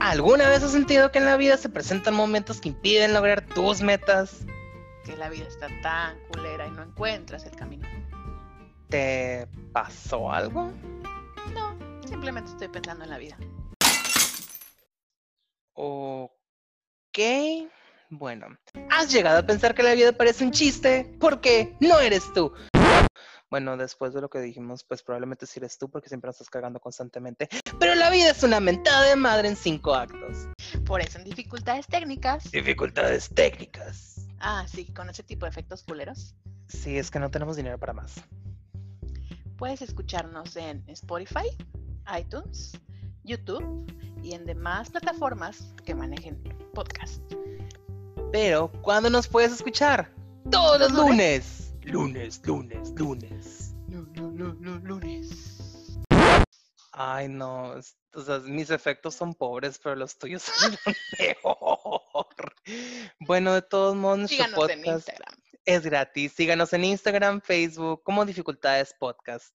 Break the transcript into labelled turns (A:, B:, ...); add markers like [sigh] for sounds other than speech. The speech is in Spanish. A: ¿Alguna vez has sentido que en la vida se presentan momentos que impiden lograr tus metas?
B: Que la vida está tan culera y no encuentras el camino.
A: ¿Te pasó algo?
B: No, simplemente estoy pensando en la vida.
A: Ok. Bueno, has llegado a pensar que la vida parece un chiste porque no eres tú. Bueno, después de lo que dijimos, pues probablemente sí eres tú porque siempre nos estás cagando constantemente. Pero la vida es una mentada de madre en cinco actos.
B: Por eso en dificultades técnicas.
A: Dificultades técnicas.
B: Ah, sí, con ese tipo de efectos culeros.
A: Sí, es que no tenemos dinero para más.
B: Puedes escucharnos en Spotify, iTunes, YouTube y en demás plataformas que manejen podcast.
A: Pero, ¿cuándo nos puedes escuchar? Todos los lunes. Lunes, lunes, lunes.
B: Lunes.
A: Ay, no. es- O sea, mis efectos son pobres, pero los tuyos [laughs] son lo peor. Bueno, de todos modos, nuestro
B: Síganos en
A: podcast
B: Instagram.
A: es gratis. Síganos en Instagram, Facebook, como Dificultades Podcast.